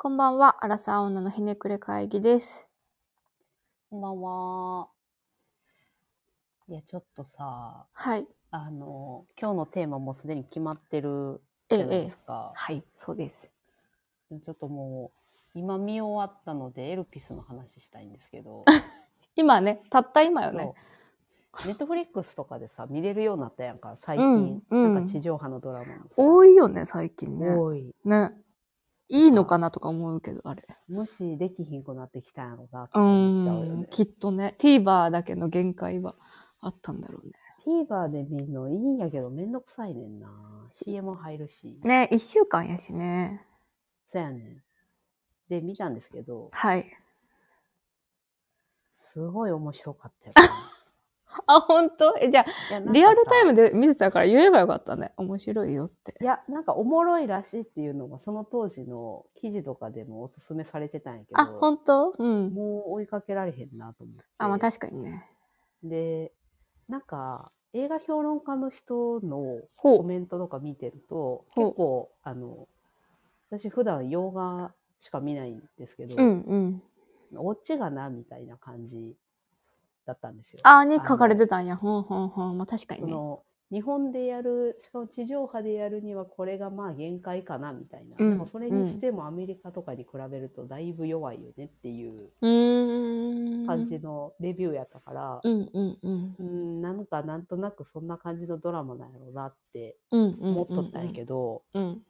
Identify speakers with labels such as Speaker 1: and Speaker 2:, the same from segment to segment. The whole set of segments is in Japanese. Speaker 1: こんばんは、アラサー女のひねくれ会議です。
Speaker 2: こんばんは。いや、ちょっとさ、
Speaker 1: はい。
Speaker 2: あの、今日のテーマもすでに決まってる
Speaker 1: え
Speaker 2: じ
Speaker 1: え
Speaker 2: ゃない
Speaker 1: え
Speaker 2: で
Speaker 1: え
Speaker 2: すか。
Speaker 1: はい、そうです。
Speaker 2: でもちょっともう、今見終わったので、エルピスの話したいんですけど、
Speaker 1: 今ね、たった今よね。
Speaker 2: そう。ネットフリックスとかでさ、見れるようになったやんか、最
Speaker 1: うん
Speaker 2: 近。
Speaker 1: うん
Speaker 2: なんか地上波のドラマもさ。
Speaker 1: 多いよね、最近ね。
Speaker 2: 多い。
Speaker 1: ね。いいのかなとか思うけど、あれ。
Speaker 2: 無視できひんくなってきたんやろな、
Speaker 1: う
Speaker 2: 思っちゃうよ
Speaker 1: ーん、
Speaker 2: ね。
Speaker 1: きっとね。TVer だけの限界はあったんだろうね。
Speaker 2: TVer で見るのいいんやけど、めんどくさいねんな。CM 入るし。
Speaker 1: ね、一週間やしね。
Speaker 2: そやねん。で、見たんですけど、
Speaker 1: はい。
Speaker 2: すごい面白かったよ
Speaker 1: あ、本当？え、じゃあ、
Speaker 2: ないや。
Speaker 1: リアルタイム
Speaker 2: で。
Speaker 1: で見てたから言えばよかったね。面白いよって。
Speaker 2: いや、なんかおもろいらしいっていうのが、その当時の記事とかでもおすすめされてたんやけど、
Speaker 1: あ、本当？うん。
Speaker 2: もう追いかけられへんなと思って。
Speaker 1: あ、まあ確かにね。
Speaker 2: で、なんか、映画評論家の人の
Speaker 1: ほう
Speaker 2: コメントとか見てると、
Speaker 1: ほう
Speaker 2: 結構、あの、私普段洋画しか見ないんですけど、
Speaker 1: うんうん。
Speaker 2: オチがな、みたいな感じだったんですよ。
Speaker 1: あ、に書かれ
Speaker 2: た
Speaker 1: てたんや。ほんほんほん。まあ確かに
Speaker 2: そ
Speaker 1: ね。
Speaker 2: の日本でやるしかも地上波でやるにはこれがまあ限界かなみたいな、
Speaker 1: うん
Speaker 2: でもそれにしてもアメリカとかに比べるとだいぶ弱いよねっていう
Speaker 1: うーん。
Speaker 2: 感じのレビューやったから、
Speaker 1: うんうんうん。
Speaker 2: うん、なんかなんとなくそんな感じのドラマなんやろうなって
Speaker 1: うんうん。
Speaker 2: 思っとったんやけど、
Speaker 1: ど。うん。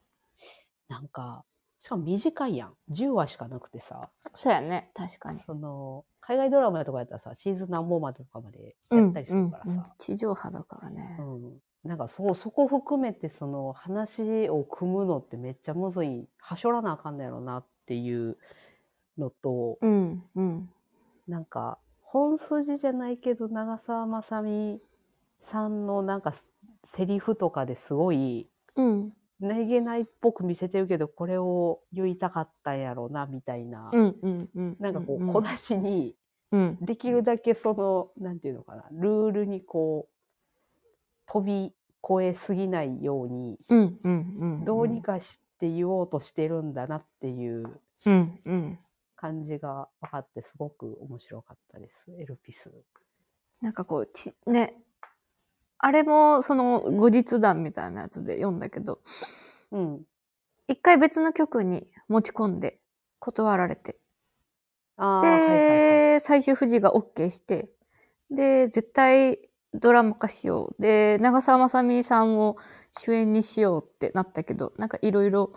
Speaker 2: なんかしかも短いやん10話しかなくてさ
Speaker 1: そうやね。確かに。
Speaker 2: その海外ドラマとかやったらさシーズン何本までとかまでやったりするから
Speaker 1: う
Speaker 2: さ、
Speaker 1: んうんうん地上波だからね。
Speaker 2: うん、なんかそうそこ含めてその話を組むのってめっちゃむずいはしょらなあかんのやろなっていうのと
Speaker 1: うんうん。
Speaker 2: なんか本筋じゃないけど長澤まさみさんのなんかセリフとかですごい
Speaker 1: うん
Speaker 2: 何気ないっぽく見せてるけどこれを言いたかったんやろなみたいな、
Speaker 1: うんうんうん。
Speaker 2: なんかこう小出しに
Speaker 1: うん。
Speaker 2: できるだけそのなんていうのかなルールにこう飛び越えすぎないように
Speaker 1: うんうんうん。
Speaker 2: どうに。かして言おうとしてるんだなっていう
Speaker 1: うんうん。
Speaker 2: 感じが分かってすごく面白かったです。エルピス。
Speaker 1: なんかこう、ち、ね。あれも、その、後日談みたいなやつで読んだけど、
Speaker 2: うん。
Speaker 1: 一回別の局に持ち込んで、断られて。
Speaker 2: ああ、はいはいはい。
Speaker 1: で、最終富士が OK して、で、絶対ドラマ化しよう。で、長澤まさみさんを主演にしようってなったけど、なんかいろいろ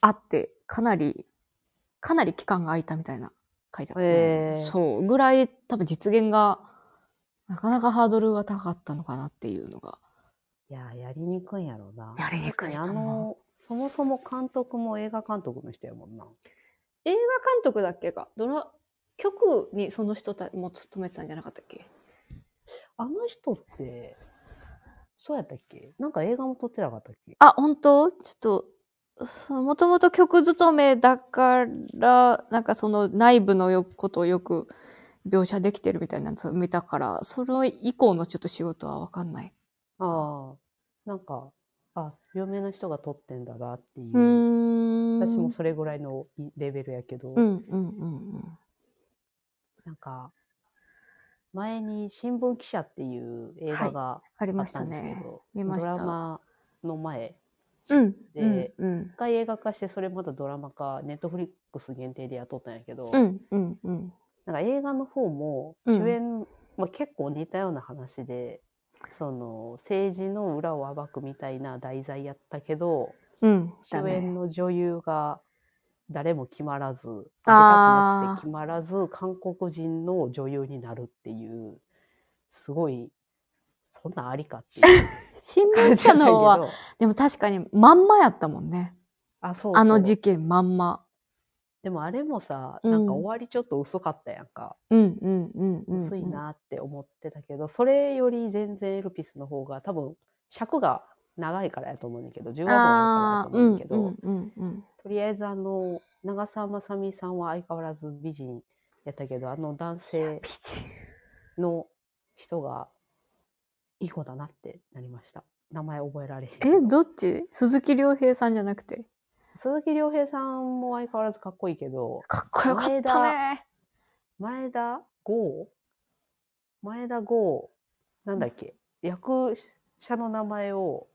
Speaker 1: あって、かなり、かなり期間が空いたみたいな書いてあったね、
Speaker 2: へー
Speaker 1: そう、ぐらい多分実現が、なかなかハードルが高かったのかなっていうのが。
Speaker 2: いやー、やりにくいんやろうな。
Speaker 1: やりにくいと
Speaker 2: あ
Speaker 1: 思う。
Speaker 2: の、そもそも監督も映画監督の人やもんな。
Speaker 1: 映画監督だっけが、ドラ、局にその人たも勤めてたんじゃなかったっけ
Speaker 2: あの人って、そうやったっけなんか映画も撮ってなかったっけ
Speaker 1: あ、本当ちょっと、そうもともと曲勤めだから、なんかその内部のよことをよく描写できてるみたいなやつを見たから、その以降のちょっと仕事はわかんない。
Speaker 2: ああ、なんか、あ、有名な人が撮ってんだなっていう
Speaker 1: ー
Speaker 2: う。
Speaker 1: ん。
Speaker 2: 私もそれぐらいのレベルやけど。
Speaker 1: うんうんうん
Speaker 2: なんか、前に新聞記者っていう映画が
Speaker 1: あり
Speaker 2: あ
Speaker 1: ま
Speaker 2: っ
Speaker 1: したた
Speaker 2: んですけ
Speaker 1: ね。
Speaker 2: ど、
Speaker 1: 見ました
Speaker 2: ドラマの前、
Speaker 1: うん。う
Speaker 2: で
Speaker 1: ん。うん
Speaker 2: 一。回映画化して、それまたドラマ化、ネットフリックス限定でやっとったんやけど、
Speaker 1: うん。うん。うん。
Speaker 2: なんか映画の方も
Speaker 1: う
Speaker 2: 主
Speaker 1: ん
Speaker 2: 演、まあ、結構似たような話で、その政治の裏を暴くみたいな題材やったけど、
Speaker 1: うん。だ
Speaker 2: 主演
Speaker 1: ね。
Speaker 2: の女優が誰も決まらず、出たくな
Speaker 1: あー
Speaker 2: くて決まらず、韓国人の女優になるっていう、すごい、そんなんありかって いう
Speaker 1: 新聞
Speaker 2: 感
Speaker 1: 記
Speaker 2: じや
Speaker 1: 者
Speaker 2: った
Speaker 1: の方
Speaker 2: んやけ
Speaker 1: は、
Speaker 2: ど、
Speaker 1: でも確かにまんまやったもんね。
Speaker 2: あそうそ
Speaker 1: あ
Speaker 2: う
Speaker 1: の事件まんま。
Speaker 2: でもあれもさ、
Speaker 1: うん
Speaker 2: なんか終わりちょっと薄かったやんか。
Speaker 1: うんうんうんうんうん。
Speaker 2: 薄いなって思ってたけど、それより全然エルピスの方が、多分尺が長いからやと思うねんだけど、15分あ
Speaker 1: ああー、
Speaker 2: るから
Speaker 1: う
Speaker 2: やと思うんねんだけど、
Speaker 1: うんうんうん。
Speaker 2: とりあえずあの長澤まさみさんは相変わらず美人やったけどあの男性
Speaker 1: ピチ。
Speaker 2: の人がいい子だなってなりました名前覚えられへんけ
Speaker 1: え、どっち鈴木亮平さんじゃなくて。
Speaker 2: 鈴木亮平さんも相変わらずかっこいいけど、
Speaker 1: かっこよかったね。
Speaker 2: 前田剛前田剛、なんだっけ、役者の名前を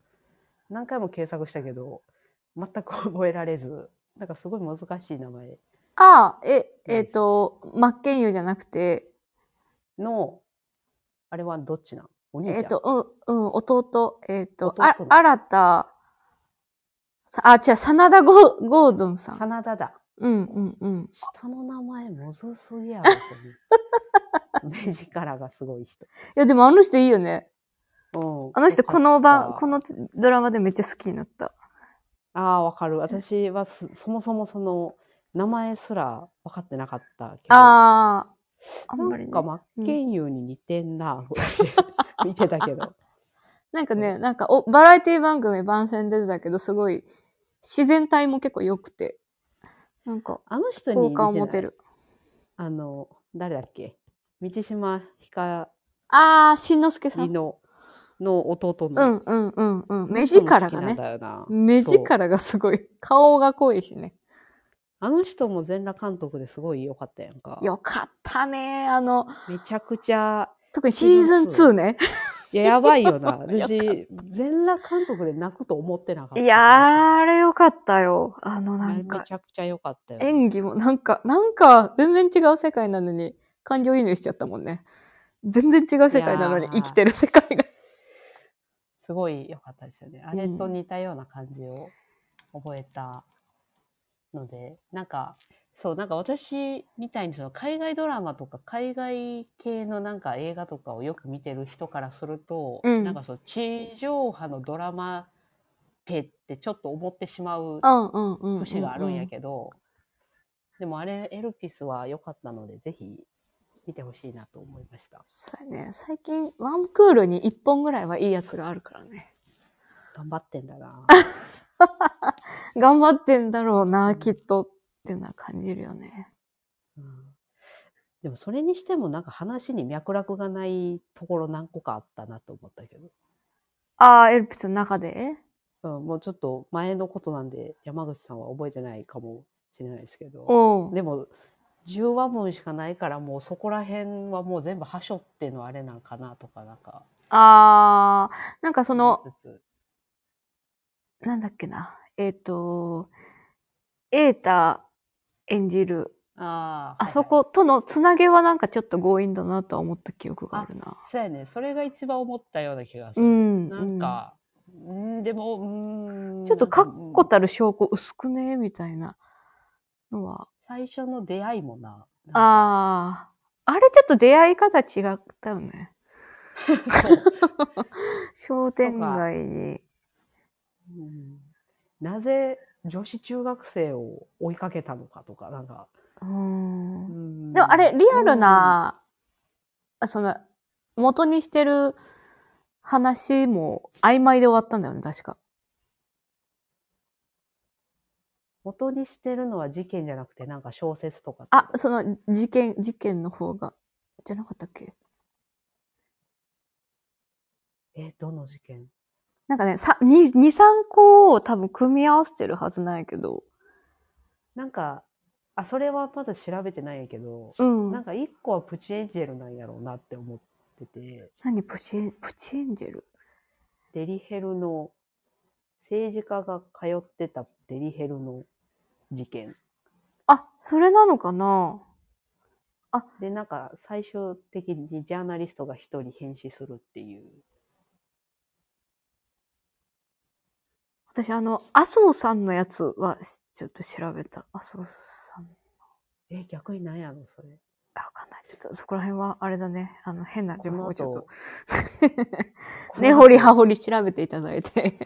Speaker 2: 何回も検索したけど、全く覚えられず、なんかすごい難しい名前
Speaker 1: ああ、え、えっ、と、真っ健優じゃなくて、
Speaker 2: の、あれはどっちなんお兄ちゃん。
Speaker 1: えっ、と、うん、うん、弟、えっ、と、
Speaker 2: 弟
Speaker 1: あ、
Speaker 2: の
Speaker 1: 新た、さあ、違う、真田ゴーゴードンさん。
Speaker 2: 真田だ。
Speaker 1: うん、うん、うん。
Speaker 2: 下の名前むずすぎやろと 思う目力がすごい人。
Speaker 1: いや、でもあの人いいよね。
Speaker 2: うん
Speaker 1: あの人、この番、こ
Speaker 2: の。
Speaker 1: のドラマでめっちゃ好きになった。
Speaker 2: ああ、わかる。私はすそもそもその、名前すら分かってなかったけど。
Speaker 1: ああ、あんまり、
Speaker 2: な
Speaker 1: ね
Speaker 2: んか、真っ健優に似てんな、ぐらいで見てたけ ど。
Speaker 1: なんかね、なんかお、バラエティ番組番宣出てたけど、すごい、自然体も結構良くて、なんか、
Speaker 2: あの人に似
Speaker 1: 好
Speaker 2: て
Speaker 1: 感
Speaker 2: な
Speaker 1: を
Speaker 2: い
Speaker 1: 持てる。
Speaker 2: あの、誰だっけ道島ひか
Speaker 1: あー、しんのすけさ
Speaker 2: り
Speaker 1: ん。
Speaker 2: の、の弟
Speaker 1: う
Speaker 2: の。
Speaker 1: んうんうんうん。目
Speaker 2: 人も好
Speaker 1: 力
Speaker 2: き
Speaker 1: が
Speaker 2: なん
Speaker 1: ね。
Speaker 2: だよな。
Speaker 1: 目力がすごい。顔が濃いしね。
Speaker 2: あの人も全裸監督ですごい良かったやんか。
Speaker 1: よかったね。あの、
Speaker 2: めちゃくちゃ、
Speaker 1: 特にシーズン
Speaker 2: シーズン
Speaker 1: 2ね。
Speaker 2: い や、やばいよな。
Speaker 1: よかっ
Speaker 2: 私、全裸監督で泣くと思ってなかった。
Speaker 1: いやー、あれよかったよ。あの、
Speaker 2: あ
Speaker 1: な
Speaker 2: れ
Speaker 1: ん
Speaker 2: め
Speaker 1: か、
Speaker 2: ちゃくちゃ良かったよ。
Speaker 1: 演技もなんか、なんか、全然違う世界なのに、感情移入しちゃったもんね。全然違う世界なのに
Speaker 2: いやー
Speaker 1: 生きてる世界が。
Speaker 2: すごい良かったですよね。あれと似たような感じを覚えたので、なんか、そう、なんか私みたいにその海外ドラマとか海外系のなんか映画とかをよく見てる人からすると、
Speaker 1: うん
Speaker 2: なんかそう、地上波のドラマってってちょっと思ってしま
Speaker 1: うんう
Speaker 2: う
Speaker 1: んうんうん、
Speaker 2: 節があるんやけど、でもあれ、エルピスは良かったので、ぜひ見てほしいなと思いました。
Speaker 1: そうやね。最近、ワンクールに1本ぐらいはいいやつがあるからね。
Speaker 2: 頑張ってんだ な。
Speaker 1: 頑張ってんだろうな、きっと。っていうのは感じるよね。
Speaker 2: うんでもそれにしてもなんか話に脈絡がないところ何個かあったなと思ったけど、
Speaker 1: ああ、エルプスの中で
Speaker 2: うん、もうちょっと前のことなんで山口さんは覚えてないかもしれないですけど、
Speaker 1: おう
Speaker 2: でも10話分しかないからもうそこら辺はもう全部はしょってのあれなんかなとかなんか
Speaker 1: ああ、なんかその
Speaker 2: 思、いつつ
Speaker 1: なんだっけな。えっ、と、エータ演じる、
Speaker 2: あー
Speaker 1: あそ
Speaker 2: はいは
Speaker 1: こ
Speaker 2: い
Speaker 1: とのつなげはなんかちょっと強引だなとは思った記憶があるな。
Speaker 2: そうやねそれが一番思ったような気がす
Speaker 1: う
Speaker 2: る、
Speaker 1: ん。
Speaker 2: なんか、うん、でもうん
Speaker 1: うん、ちょっと
Speaker 2: なん
Speaker 1: 確
Speaker 2: かう
Speaker 1: 固
Speaker 2: ん
Speaker 1: たる証拠薄くねみたいなのは。
Speaker 2: 最初の出会いもななんか
Speaker 1: ああ、あれちょっと出会い方違ったよね。
Speaker 2: そう
Speaker 1: 商店街に。
Speaker 2: うんなぜ女子中学生を追いかけたのかとか、なんか。
Speaker 1: うん
Speaker 2: う。ん
Speaker 1: でもあれ、リアル、な、あその、元にしてる話も曖昧で終わったんだよね、確か。
Speaker 2: うん元にしてるのは事件じゃなくて、なんか小説とか。
Speaker 1: あ、その、事件、事件の方が、じゃなかったっけ
Speaker 2: え、どの事件
Speaker 1: なんかね、さ2、2、3個を多分組み合わせてるはずなんやけど。
Speaker 2: なんか、あ、それはまだ調べてないんやけど、
Speaker 1: うん。
Speaker 2: なんか一個はプチエンジェルなんやろうなって思ってて、
Speaker 1: 何プチエン、プチエンジェル
Speaker 2: デリヘルの、政治家が通ってたデリヘルの事件。
Speaker 1: あ、それなのかな
Speaker 2: で、なんか最終的にジャーナリストが一人変死するっていう。
Speaker 1: 私、あの、麻生さんのやつはし、ちょっと調べた。麻生さん。
Speaker 2: え、逆になんやろ、それ。
Speaker 1: あわかんない。ちょっと、そこら辺は、あれだね。あの、変な情報をちょっと。 根掘り葉掘り調べていただいて。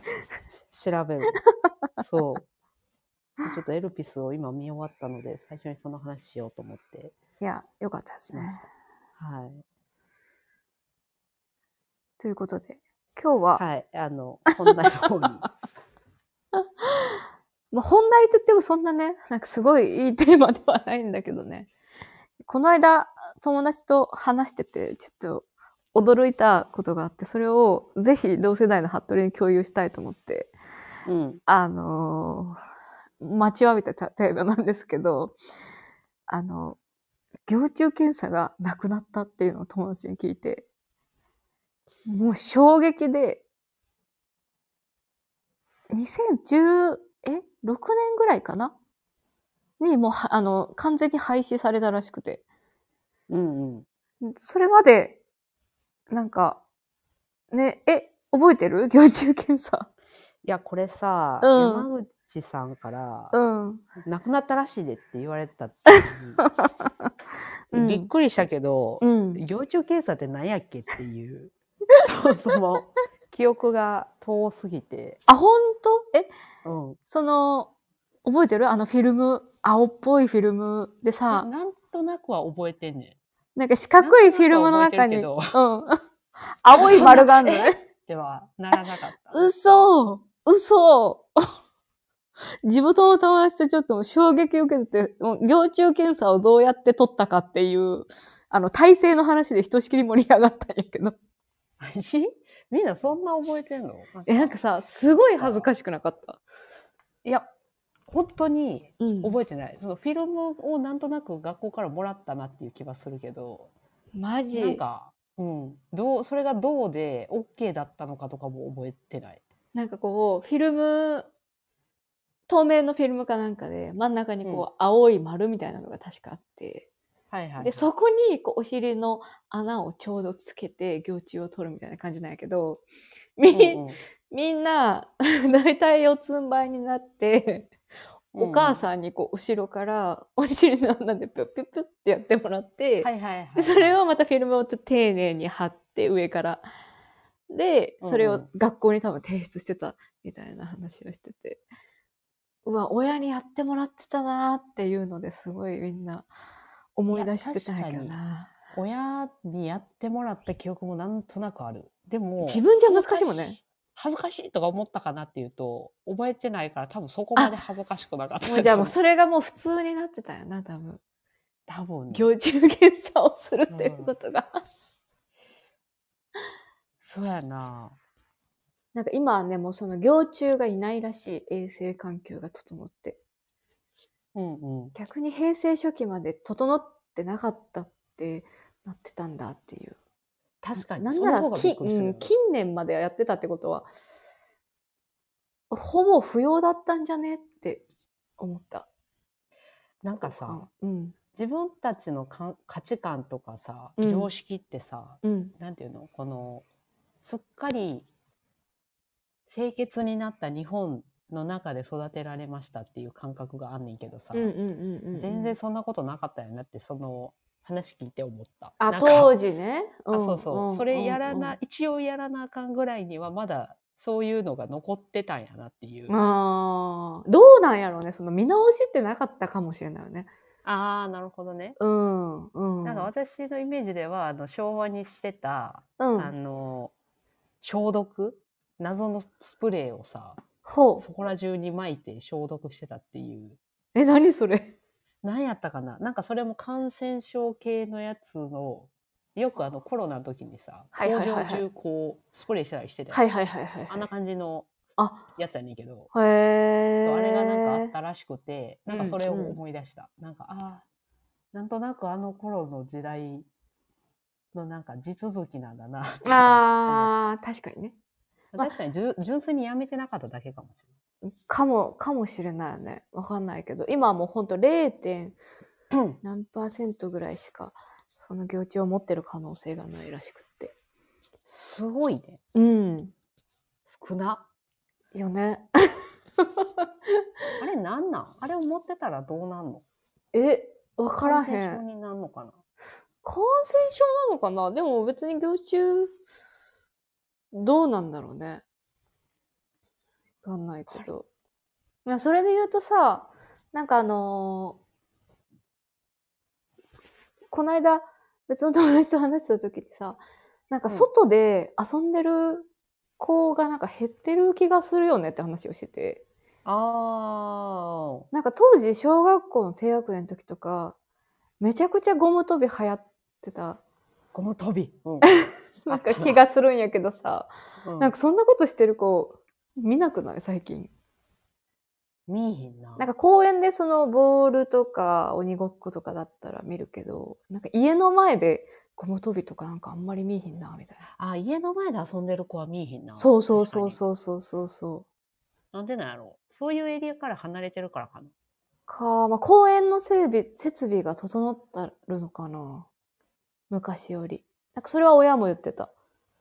Speaker 2: 調べる。 そう。ちょっとエルピスを今見終わったので、最初にその話しようと思って
Speaker 1: いや、よかったです
Speaker 2: しまし
Speaker 1: ね。
Speaker 2: た。はい。
Speaker 1: ということで、今日は、
Speaker 2: はい。あの、本題の方に。
Speaker 1: まあ、本題と言ってもそんなね、なんかすごいいいテーマではないんだけどね。この間、友達と話してて、ちょっと驚いたことがあって、それを ぜひ同世代の服部に共有したいと思って、
Speaker 2: うん。
Speaker 1: あのー待ちわびたた程度なんですけど、あの、行中検査がなくなったっていうのを友達に聞いて、もう衝撃で、2010え、6年ぐらいかなにもうは、あの、完全に廃止されたらしくて。
Speaker 2: うんうん。
Speaker 1: それまで、なんか、ね、え、覚えてる行中検査。
Speaker 2: いや、これさ、
Speaker 1: うん
Speaker 2: 山口さんから、
Speaker 1: うん。
Speaker 2: 亡くなったらしいでって言われたって、
Speaker 1: うん
Speaker 2: びっくりしたけど、
Speaker 1: うん。
Speaker 2: 行中検査って何やっけっ ていう、そもそも記憶が遠すぎて、
Speaker 1: あ、ほんとえ、
Speaker 2: うん。
Speaker 1: その、覚えてるあのフィルム、青っぽいフィルムでさ、
Speaker 2: なんとなくは覚えてんねん。
Speaker 1: なんか四角いフィルムの中に、
Speaker 2: なん
Speaker 1: う
Speaker 2: と
Speaker 1: ん
Speaker 2: なくは覚えてる。
Speaker 1: 青い丸があるのね。
Speaker 2: では、ならなかった。
Speaker 1: 嘘嘘 地元の友達とちょっともう衝撃を受けてて、もう行中検査をどうやって取ったかっていう、あの、体制の話でひとしきり盛り上がったんやけど。
Speaker 2: 私みんなそんな覚えてんの
Speaker 1: え、なんかさ、すごい恥ずかしくなかった。
Speaker 2: いや、本当に
Speaker 1: うん
Speaker 2: 覚えてない。そのフィルムをなんとなく学校からもらったなっていう気はするけど、
Speaker 1: マ
Speaker 2: なんか、うん、どう、それがどうで OK だったのかとかも覚えてない。
Speaker 1: なんかこう、フィルム、透明のフィルムかなんかで、真ん中にこう、青い丸みたいなのが確かあって、
Speaker 2: はいはい。
Speaker 1: で、そこに、こう、お尻の穴をちょうどつけて、行中を取るみたいな感じなんやけど、み、
Speaker 2: うんうん
Speaker 1: みんな、 だいたい四つん這いになって、お母
Speaker 2: ん
Speaker 1: さんにこう、後ろから、お尻の穴でピュッピュッピュッってやってもらって、
Speaker 2: うん。はいはいはい。
Speaker 1: で、 それをまたフィルムをちょっと丁寧に貼って、上から。で、それ
Speaker 2: うんう
Speaker 1: を
Speaker 2: ん
Speaker 1: 学校に多分提出してたみたいな話をしてて。うわ、親にやってもらってたなーっていうのですごいみんな思い出してたんやけどな。
Speaker 2: 親にやってもらった記憶もなんとなくある。でも、
Speaker 1: 自分じゃ難しいもんね。
Speaker 2: 恥ずかしいとか思ったかなっていうと、覚えてないから多分そこまで恥ずかしくなかった。
Speaker 1: もうじゃあもうそれがもう普通になってたんやな、多分。
Speaker 2: 多分ね、
Speaker 1: 行中検査をするっていうことが。
Speaker 2: そうやな。
Speaker 1: なんか今はね、もうその行中がいないらしい衛生環境が整って。
Speaker 2: うんうん。
Speaker 1: 逆に平成初期まで整ってなかったってなってたんだっていう。
Speaker 2: 確かに。
Speaker 1: なんなら
Speaker 2: その方がび
Speaker 1: き、
Speaker 2: っくりす
Speaker 1: う
Speaker 2: るよ
Speaker 1: ん、
Speaker 2: ね
Speaker 1: 近年までやってたってことは、ほぼ不要だったんじゃねって思った。
Speaker 2: なんかさ、
Speaker 1: うん。
Speaker 2: 自分たちのかん価値観とかさ、
Speaker 1: うん
Speaker 2: 常識ってさ、
Speaker 1: うん。
Speaker 2: なんていうのこの、すっかり清潔になった日本の中で育てられましたっていう感覚があんねんけどさ、
Speaker 1: うんうんうんうんうん。
Speaker 2: 全然。そんなことなかったよなって、その話聞いて思った。
Speaker 1: あ、
Speaker 2: なんか
Speaker 1: 当時ね。
Speaker 2: あ
Speaker 1: ん
Speaker 2: そうそう、
Speaker 1: ん
Speaker 2: それやらな、
Speaker 1: うん
Speaker 2: 一応やらなあかんぐらいにはまだそういうのが残ってたんやなっていう、あ
Speaker 1: あーどうなんやろうね。その見直しってなかったかもしれないよね。
Speaker 2: あーなるほどね、
Speaker 1: うん。うん。
Speaker 2: なんか私のイメージではあの昭和にしてた、
Speaker 1: う
Speaker 2: あ
Speaker 1: ん。
Speaker 2: の消毒謎のスプレーをさ
Speaker 1: ほう。
Speaker 2: そこら中に撒いて消毒してたっていう
Speaker 1: え、何それ
Speaker 2: 何やったかななんかそれも感染症系のやつのよくあのコロナの時にさ
Speaker 1: はいはい
Speaker 2: 工
Speaker 1: はいはい
Speaker 2: 場中こうスプレーしたりしてたやん
Speaker 1: はいはいはいはい。
Speaker 2: あんな感じの
Speaker 1: あ
Speaker 2: やつやねんけど
Speaker 1: へえ。
Speaker 2: あれがなんかあったらしくて、なんかそれを
Speaker 1: うんうん
Speaker 2: 思い出した。なんか、ああ、なんとなくあの頃の時代のなんか地続きなんだなって。
Speaker 1: あー確かにね。
Speaker 2: うん確かにじゅ純粋にやめてなかっただけかもし
Speaker 1: かも、かもしれないよね。わかんないけど、今はもうほんと 0. 点
Speaker 2: れない。
Speaker 1: 何パーセントぐらいしか、その行地を持ってる可能性がないらしくって。
Speaker 2: すごいね。
Speaker 1: うん。
Speaker 2: 少な。
Speaker 1: よね。
Speaker 2: あれなんなんあれを持ってたらどうなんの
Speaker 1: え、わから
Speaker 2: 感
Speaker 1: へ
Speaker 2: 染症
Speaker 1: ん。
Speaker 2: になんのかな
Speaker 1: 感染症なのかなでも別に行中、どうなんだろうね。わかんないけど。いや、それで言うとさ、なんかあのーこないだ別の友達と話してた時にさ、なんか
Speaker 2: うん
Speaker 1: 外で遊んでる子がなんか減ってる気がするよねって話をしてて。
Speaker 2: あ
Speaker 1: なんか当時小学校の低学年の時とか、めちゃくちゃゴム跳び流行ってた、
Speaker 2: あ、ゴム跳び。 うん
Speaker 1: なんか気がするんやけどさ、
Speaker 2: うん
Speaker 1: なんかそんなことしてる子、見なくない最近。
Speaker 2: 見えへんな。
Speaker 1: なんか公園でそのボールとか鬼ごっことかだったら見るけど、なんか家の前でゴム跳びとかなんかあんまり見えへんな、みたいな。
Speaker 2: あ、家の前で遊んでる子は見えへんな。
Speaker 1: そうそうそう
Speaker 2: う。
Speaker 1: そうそうそうそう。
Speaker 2: なんでなんやろう。そういうエリアから離れてるからかな。
Speaker 1: か、まあ、公園の整備、設備が整ってるのかな。昔より。なんかそれは親も言ってた。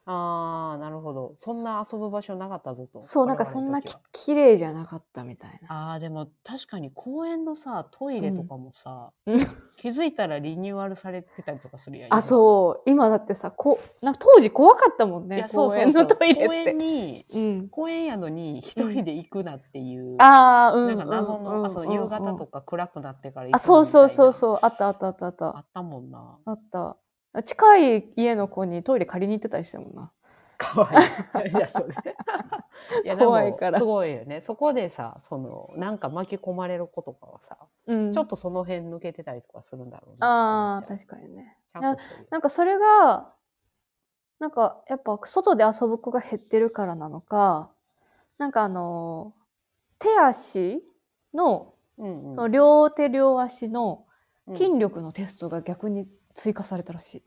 Speaker 2: あー、なるほど。そんな遊ぶ場所なかったぞと。
Speaker 1: そう、なんかそんな
Speaker 2: 我々の時
Speaker 1: き
Speaker 2: は
Speaker 1: 綺麗じゃなかったみたいな。
Speaker 2: あー、でも確かに公園のさ、トイレとかもさ、
Speaker 1: うん
Speaker 2: 気づいたらリニューアルされてたりとかするやん。
Speaker 1: あ、そう。今だってさ、こう、なんか当時怖かったもん
Speaker 2: い
Speaker 1: ね
Speaker 2: や。そう
Speaker 1: 公
Speaker 2: そうそう
Speaker 1: 園のトイレっ
Speaker 2: 公園
Speaker 1: て。
Speaker 2: に、
Speaker 1: うん。
Speaker 2: 公園やのに一人で行くなっていう。
Speaker 1: ああ、うん。
Speaker 2: なんか謎の、あそう夕方と
Speaker 1: か。
Speaker 2: か暗くなってから行く
Speaker 1: あ、そうそうそう
Speaker 2: う。
Speaker 1: そう。あったあったあったあっ
Speaker 2: あ
Speaker 1: た。
Speaker 2: ったもんな。
Speaker 1: あった。近い家の子にトイレ借りに行ってたりしたもんな。
Speaker 2: かわいい。いや、それ。いや、で
Speaker 1: 怖い
Speaker 2: も
Speaker 1: か、ら
Speaker 2: すごいよね。そこでさ、その、なんか巻き込まれる子とかはさ、
Speaker 1: うん。
Speaker 2: ちょっとその辺抜けてたりとかするんだろう
Speaker 1: ああ、
Speaker 2: かに。
Speaker 1: 確かにね。
Speaker 2: ちゃんとしてる。
Speaker 1: なんかそれが、なんかやっぱ外で遊ぶ子が減ってるからなのか、なんかあの、手足の、
Speaker 2: うん、うん。
Speaker 1: その両手両足の
Speaker 2: うん
Speaker 1: 筋力のテストが逆に追加されたらしい。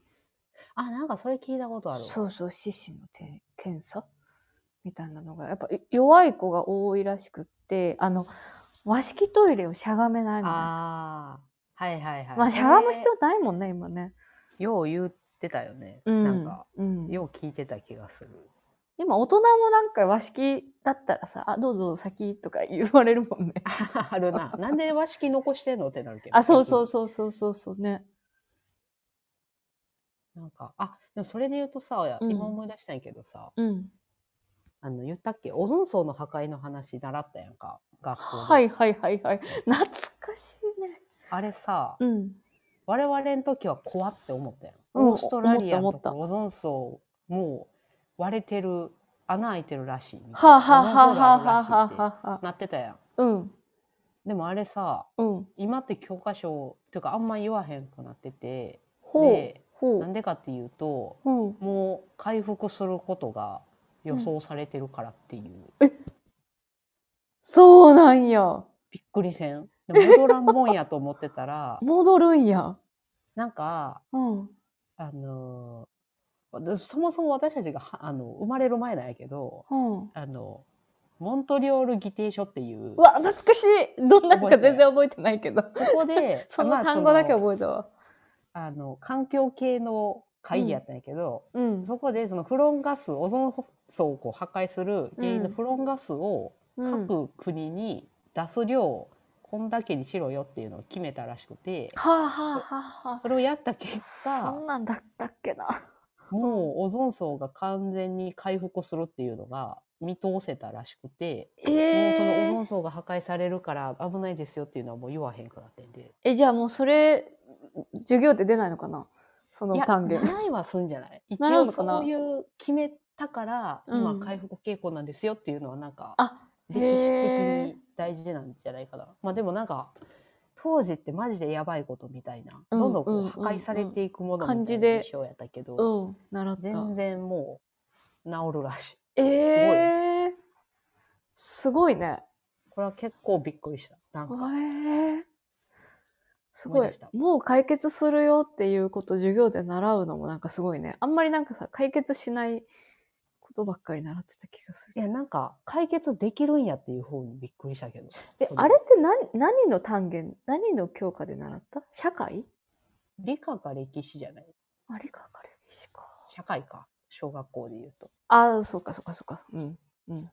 Speaker 2: あ、なんかそれ聞いたことあるわ。
Speaker 1: そうそう、四肢の手検査みたいなのが、やっぱい弱い子が多いらしくって、あの、和式トイレをしゃがめないみたいな。
Speaker 2: ああ。はいはいはい。
Speaker 1: まあ、しゃがむ必
Speaker 2: そ
Speaker 1: 要ないもんね、今ね。
Speaker 2: れよう言ってたよね。
Speaker 1: うん。
Speaker 2: なんか、
Speaker 1: うん、
Speaker 2: よう聞いてた気がする。
Speaker 1: 今大人もなんか和式だったらさ、あ、どうぞ先とか言われるもんね。
Speaker 2: ある な。なんで和式残してんのってなるけど。
Speaker 1: あ、そうそう
Speaker 2: 逆
Speaker 1: そうそうそうそうね。
Speaker 2: になんか、あ、でもそれで言うとさ、
Speaker 1: うん
Speaker 2: 今思い出したんやけどさ、
Speaker 1: うん。
Speaker 2: あの、言ったっけオゾン層の破壊の話習ったやんか、学校で。
Speaker 1: はいはいはいはい。懐かしいね。
Speaker 2: あれさ、
Speaker 1: うん。
Speaker 2: 我々の時は怖って思ったやん。
Speaker 1: うん
Speaker 2: オーストラリアのとこ
Speaker 1: 思
Speaker 2: オゾン層、もう割れてる、穴開いてるらしいみたいな。
Speaker 1: はあ、はあはあはあはあ
Speaker 2: オゾン層があるらしいって
Speaker 1: はあはあ。
Speaker 2: なってたやん。
Speaker 1: うん。
Speaker 2: でもあれさ、
Speaker 1: うん。
Speaker 2: 今って教科書、っていうかあんま言わへんくなってて、
Speaker 1: ほう
Speaker 2: で。
Speaker 1: ほ
Speaker 2: なん
Speaker 1: う。
Speaker 2: でかっていうと、
Speaker 1: うん。
Speaker 2: もう回復することが予想されてるからっていう、
Speaker 1: そうなんや。
Speaker 2: びっくりせんでも戻らんもんやと思ってた ら
Speaker 1: 戻るんや。
Speaker 2: なんか
Speaker 1: うん。
Speaker 2: あのーそもそも私たちがはあの生まれる前なんやけど
Speaker 1: うん。
Speaker 2: あのモントリオール議定書っていう
Speaker 1: うわ、懐かしいどんなんか全然覚えてないけ ど。
Speaker 2: ここで
Speaker 1: そ
Speaker 2: ま
Speaker 1: の
Speaker 2: あ
Speaker 1: 単語だけ
Speaker 2: その
Speaker 1: 覚えたわ。
Speaker 2: あの環境系の会議やったんやけど、
Speaker 1: うん。
Speaker 2: そこでそのフロンガスオゾン層をこう破壊する原因
Speaker 1: う
Speaker 2: の
Speaker 1: ん
Speaker 2: フロンガスを
Speaker 1: うんは
Speaker 2: 各国に出す量をこんだけにしろよっていうのを決めたらしくて
Speaker 1: あはあはあは
Speaker 2: それをやった結
Speaker 1: あ。そ
Speaker 2: 果
Speaker 1: んなんだったっけな。
Speaker 2: もうオゾン層が完全に回復するっていうのが見通せたらしくて、
Speaker 1: ええ
Speaker 2: もうそのオゾン層が破壊されるから危ないですよっていうのはもう言わへんくなってんで
Speaker 1: え、じゃあもうそれ、授業で出ないのかなその
Speaker 2: いや
Speaker 1: 単元。
Speaker 2: ないはすんじゃない一
Speaker 1: ならん
Speaker 2: 応
Speaker 1: のか
Speaker 2: そ
Speaker 1: な
Speaker 2: ういう決めたから今
Speaker 1: うん
Speaker 2: 回復傾向なんですよっていうのはなんか
Speaker 1: あ、
Speaker 2: 歴史
Speaker 1: へ
Speaker 2: 的
Speaker 1: え
Speaker 2: に。大事なんじゃないかな。まあでもなんか当時ってマジでやばいことみたいな、
Speaker 1: うん
Speaker 2: どんど
Speaker 1: う
Speaker 2: ん
Speaker 1: ん
Speaker 2: こ
Speaker 1: うん
Speaker 2: う破壊されていくもの
Speaker 1: 感
Speaker 2: みた
Speaker 1: じ
Speaker 2: い
Speaker 1: で
Speaker 2: な印象やったけど、
Speaker 1: うん、習った。
Speaker 2: 全然もう治るらしい。
Speaker 1: ええすごいね。
Speaker 2: これは結構びっくりした。なん
Speaker 1: え
Speaker 2: か
Speaker 1: えすご
Speaker 2: 思い
Speaker 1: い
Speaker 2: 出した。
Speaker 1: もう解決するよっていうこと授業で習うのもなんかすごいね。あんまりなんかさ、解決しないことばっかり習ってた気がする。
Speaker 2: いやなんか解決できるんやっていう方にびっくりしたけど。
Speaker 1: え
Speaker 2: そ、の
Speaker 1: あれって何、何の単元何の教科で習った社会
Speaker 2: 理科か歴史じゃない
Speaker 1: あ、理科か歴史か。
Speaker 2: 社会か小学校で言うと。
Speaker 1: ああ、そうかそうかそうか。うん。うん。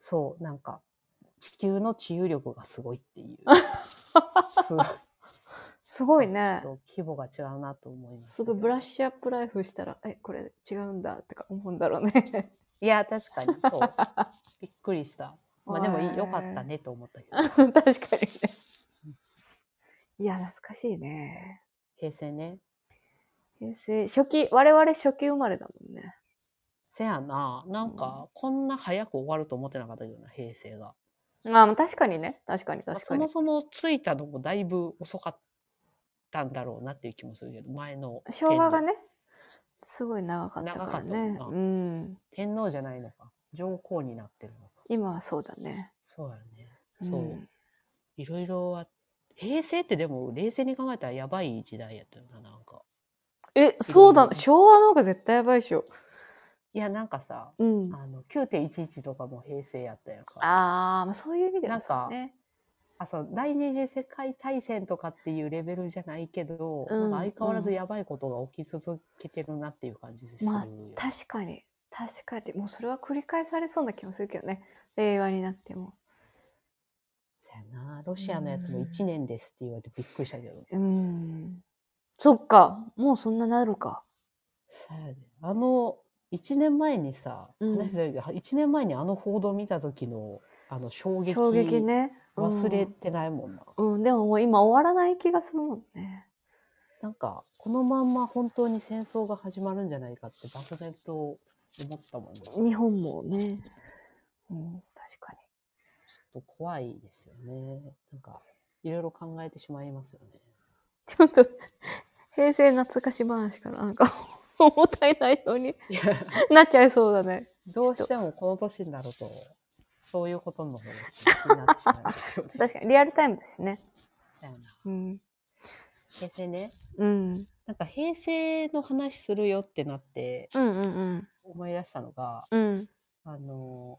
Speaker 2: そうなんか地球の治癒力がすごいっ ていう。すごい
Speaker 1: すごいね
Speaker 2: ち。ょっと規模が違うなと思います。
Speaker 1: すぐブラッシュアップライフしたら、え、これ違うんだってか思うんだろうね。
Speaker 2: いや、確かに、そう。びっくりした。まあでもい
Speaker 1: へー
Speaker 2: い、よかったねと思ったけ
Speaker 1: 確
Speaker 2: ど。
Speaker 1: かにね。いや、懐かしいね。
Speaker 2: 平成ね。
Speaker 1: 平成、初期、我々初期生まれだもんね。
Speaker 2: せやな、なんか、こんな早く終わると思ってなかったけどな、平成が。
Speaker 1: ああ、確かにね。確かに
Speaker 2: まあ
Speaker 1: 確
Speaker 2: そ
Speaker 1: かに
Speaker 2: も。そも着いたのもだいぶ遅かったんだろうなっていう気もするけど、前の。
Speaker 1: 昭和が。ね、すごい長かったからね
Speaker 2: 長。かった
Speaker 1: う
Speaker 2: も
Speaker 1: ん。
Speaker 2: 天皇じゃないのか。上皇になってるのか。
Speaker 1: 今はそうだね。
Speaker 2: そうやね。そう。いろいろあ平成ってでも冷静に考えたらやばい時代やったよな、なんか。
Speaker 1: え、そうだ、昭和の方が絶対やばいでしょ。
Speaker 2: いや、なんかさ、
Speaker 1: うん。
Speaker 2: あの、9.11とかも平成やったやんか。
Speaker 1: あー、まあ、そういう意味ではそうね。
Speaker 2: あそう第二次世界大戦とかっていうレベルじゃないけど、
Speaker 1: うん
Speaker 2: なんか相変わら
Speaker 1: う
Speaker 2: ず
Speaker 1: ん
Speaker 2: やばいことが起き続けてるなっていう感じです
Speaker 1: まあ
Speaker 2: るよ
Speaker 1: 確かに、確かに。もうそれは繰り返されそうな気もするけどね。令和になっても。
Speaker 2: そやなロシアのやつも1年ですって言われてびっくりしたけど、
Speaker 1: うん。そっか、もうそんななるか。
Speaker 2: そやであの1年前にさ、
Speaker 1: うん
Speaker 2: 話だけど1年前にあの報道見た時のあの衝撃
Speaker 1: 衝撃ね。
Speaker 2: 忘れてないもんな、
Speaker 1: うん、うん、でももう今終わらない気がするもんね。
Speaker 2: なんかこのまんま本当に戦争が始まるんじゃないかって漠然と思ったもんねちょっ
Speaker 1: 日本もね。うん、確か
Speaker 2: と怖いですよねなんかいろいろ考えてしまいますよね
Speaker 1: に。ちょっと、平成懐かし話からなんか、重たい内容に
Speaker 2: いや
Speaker 1: なっちゃいそうだね。
Speaker 2: どうしてもこの年になると、そういうことの方が気になってしまいますよね。
Speaker 1: 確かに、リアルタイムだしね。
Speaker 2: みたいな
Speaker 1: うん。
Speaker 2: 平成ね。
Speaker 1: うん。
Speaker 2: なんか平成の話するよってなって
Speaker 1: うんうん
Speaker 2: 思い出したのが、
Speaker 1: うん。うん。
Speaker 2: あの、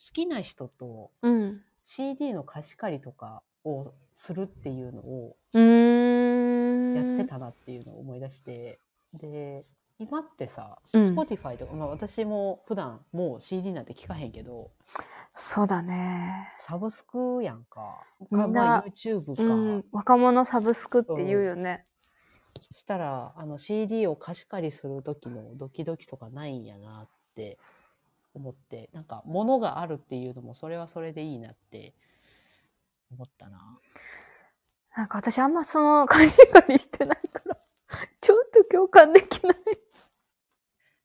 Speaker 2: 好きな人と
Speaker 1: うん。
Speaker 2: CD の貸し借りとかをするっていうのを
Speaker 1: う
Speaker 2: や
Speaker 1: ーん。
Speaker 2: ってたなっていうのを思い出して、で、今ってさ、
Speaker 1: うん
Speaker 2: Spotify とか、まあ私も普段もう CD なんて聞かへんけど、
Speaker 1: そうだね。
Speaker 2: サブスクやんか。
Speaker 1: みんな
Speaker 2: まあ YouTube か。
Speaker 1: うん。若者サブスクって言うよね。
Speaker 2: したらあの CD を貸し借りする時のドキドキとかないんやなって思ってなんか物があるっていうのもそれはそれでいいなって思ったな
Speaker 1: なんか私あんまその貸し借りしてないから、ちょっと共感できない。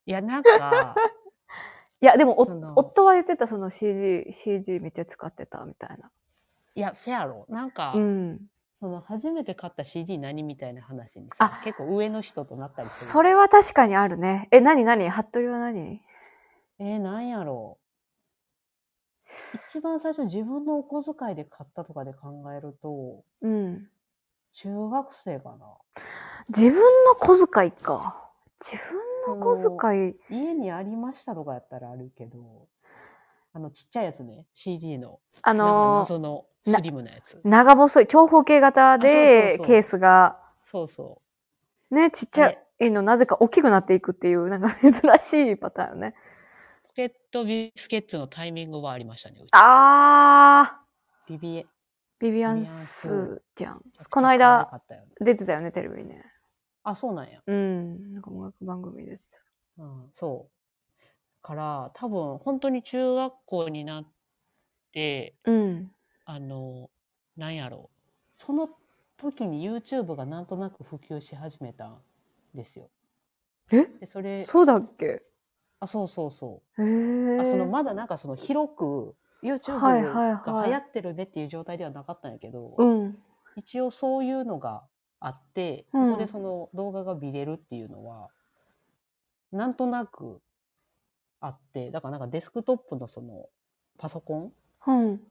Speaker 2: いやなんか
Speaker 1: いや、で もお
Speaker 2: その
Speaker 1: 夫は言ってた、その CD、CD めっちゃ使ってたみたいな。
Speaker 2: いやせやろなんか、
Speaker 1: うん。
Speaker 2: その初めて買った CD 何みたいな話にさ
Speaker 1: あ
Speaker 2: 結構上の人となったりする
Speaker 1: それは確かにあるね。え、なになに服部は何
Speaker 2: えー、なんやろう一番最初自分のお小遣いで買ったとかで考えると
Speaker 1: うん。
Speaker 2: 中学生かな
Speaker 1: 自分の小遣いか。自分の小遣い。
Speaker 2: 家にありましたとかやったらあるけど、あのちっちゃいやつね、CD の、
Speaker 1: あ
Speaker 2: なんか
Speaker 1: のー、
Speaker 2: 謎のスリムなやつ。
Speaker 1: 長細い、長方形型
Speaker 2: あそう
Speaker 1: で
Speaker 2: そうそう
Speaker 1: ケースが、
Speaker 2: そうそ
Speaker 1: ね、ちっちゃいの、なぜか大きくなっていくっていう、なんか珍しいパターンよね。
Speaker 2: う。ポケットビスケッツのタイミングはありましたね。うち
Speaker 1: あ
Speaker 2: ビビエ。
Speaker 1: ー、ビビア
Speaker 2: ビビ
Speaker 1: ン
Speaker 2: アンス
Speaker 1: スじゃん。この間、
Speaker 2: 可愛かったよね。
Speaker 1: 出てたよね、テレビにね。
Speaker 2: あ、そうなんや。
Speaker 1: うん。なんか音楽番組でした。
Speaker 2: うん、そう。から、多分、本当に中学校になって、
Speaker 1: うん。
Speaker 2: あの、なんやろう。その時に YouTube がなんとなく普及し始めたんですよ。
Speaker 1: え
Speaker 2: で、それ、
Speaker 1: そうだっけ
Speaker 2: あ、そうそうそう。
Speaker 1: へえ。
Speaker 2: あそのまだなんかその広く YouTube
Speaker 1: はいはい
Speaker 2: が
Speaker 1: はい
Speaker 2: 流行ってるねっていう状態ではなかったんやけど、
Speaker 1: うん。
Speaker 2: 一応そういうのがあって、
Speaker 1: うん
Speaker 2: そこでその動画が見れるっていうのはなんとなくあってだからなんかデスクトップのそのパソコン
Speaker 1: うん。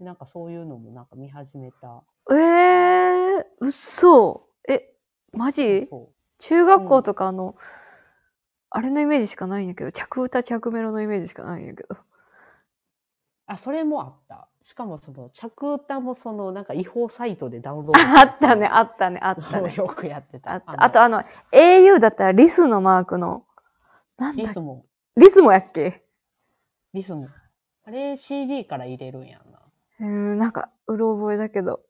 Speaker 2: なんかそういうのもなんか見始めた
Speaker 1: ええー、嘘。え、マジ
Speaker 2: そ
Speaker 1: 中学校とかあの、あれのイメージしかないんやけど、着歌着メロのイメージしかないんやけど。
Speaker 2: うあそれもあったしかもその着歌もそのなんか違法サイトでダウンロード
Speaker 1: あったね、あ
Speaker 2: っ
Speaker 1: った ね、あったね。
Speaker 2: よくやってた
Speaker 1: あったあとあの、au だったらリスのマークの、なん
Speaker 2: リ
Speaker 1: だ
Speaker 2: スも
Speaker 1: リスもやっけ
Speaker 2: リスもあれ CD から入れるんやんな
Speaker 1: うーん、なんか、うろ覚えだけど。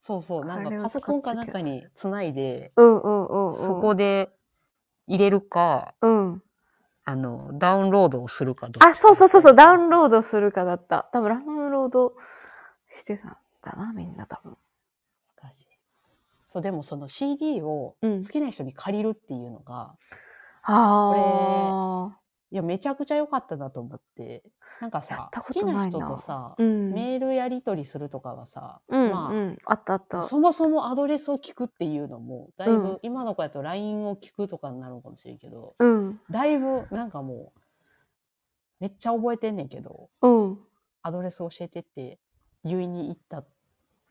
Speaker 2: そうそう、なんか
Speaker 1: あれを
Speaker 2: パソコンかなんかにつないで、
Speaker 1: うんうんうんうん。
Speaker 2: そこで入れるか、
Speaker 1: うん。
Speaker 2: あの、ダウンロードをするかど
Speaker 1: あ、そうそうそうそう、ダウン
Speaker 2: ー
Speaker 1: ロードするかだった。多分ダウンロードしてたんだな、みんな多分。
Speaker 2: ド。難しい。そう、でもその CD を
Speaker 1: うん
Speaker 2: 好。きな人に借りるっていうのが、
Speaker 1: あ
Speaker 2: いや、めちゃくちゃ良かったなと思って、なんかさ、
Speaker 1: やった
Speaker 2: 好
Speaker 1: こ
Speaker 2: き
Speaker 1: と
Speaker 2: な
Speaker 1: ないな
Speaker 2: 人とさ、
Speaker 1: あ。うん。
Speaker 2: メールやり取りするとかはさ、
Speaker 1: うん、
Speaker 2: まあ
Speaker 1: うん。あったあった。
Speaker 2: そもそもアドレスを聞くっていうのも、だいぶ、
Speaker 1: うん
Speaker 2: 今の子やと LINE を聞くとかになるのかもしれんけど、
Speaker 1: うん。
Speaker 2: だいぶなんかもう、めっちゃ覚えてんねんけど、
Speaker 1: うん。
Speaker 2: アドレス教えてって言いに行った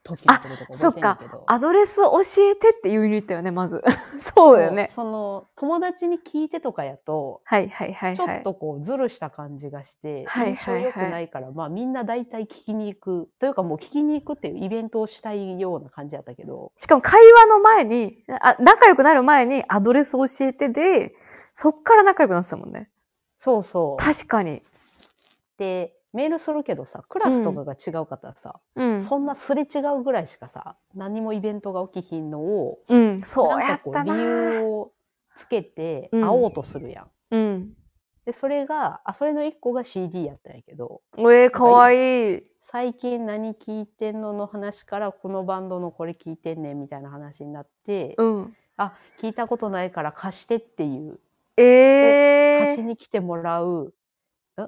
Speaker 2: 時のこととか
Speaker 1: そっ
Speaker 2: 覚えてない
Speaker 1: か
Speaker 2: けど。
Speaker 1: アドレス教えてって言いに行ったよね、まず。 そうだよね。
Speaker 2: その友達に聞いてとかやと、
Speaker 1: はいはいはいはい。
Speaker 2: ちょっとこうずるした感じがして、
Speaker 1: はい
Speaker 2: 印象良く
Speaker 1: はいはい
Speaker 2: ないから、まあみんな大体聞きに行く。というかもう聞きに行くっていうイベントをしたいような感じやったけど、
Speaker 1: しかも会話の前に、あ仲良くなる前にアドレス教えてで、そっから仲良くなってたもんね。
Speaker 2: そうそう。
Speaker 1: 確かに。
Speaker 2: で、メールするけどさ、クラスとかが違うかったらさ、
Speaker 1: うん。
Speaker 2: そんなすれ違うぐらいしかさ、何もイベントが起きひんのを、
Speaker 1: うん、そう
Speaker 2: な
Speaker 1: や
Speaker 2: んか
Speaker 1: っ
Speaker 2: こ
Speaker 1: た
Speaker 2: う理
Speaker 1: な。
Speaker 2: 由をつけて
Speaker 1: う
Speaker 2: 会
Speaker 1: ん
Speaker 2: おうとするやん。
Speaker 1: うん。
Speaker 2: で、それが、あ、それの一個が CD やったんやけど、
Speaker 1: えー、かわいい。
Speaker 2: 最近何聞いてんのの話からこのバンドのこれ聞いてんねんみたいな話になって、
Speaker 1: うん。
Speaker 2: あ聞いたことないから貸してっていう
Speaker 1: え
Speaker 2: 貸し
Speaker 1: ー。
Speaker 2: に来てもらう、ん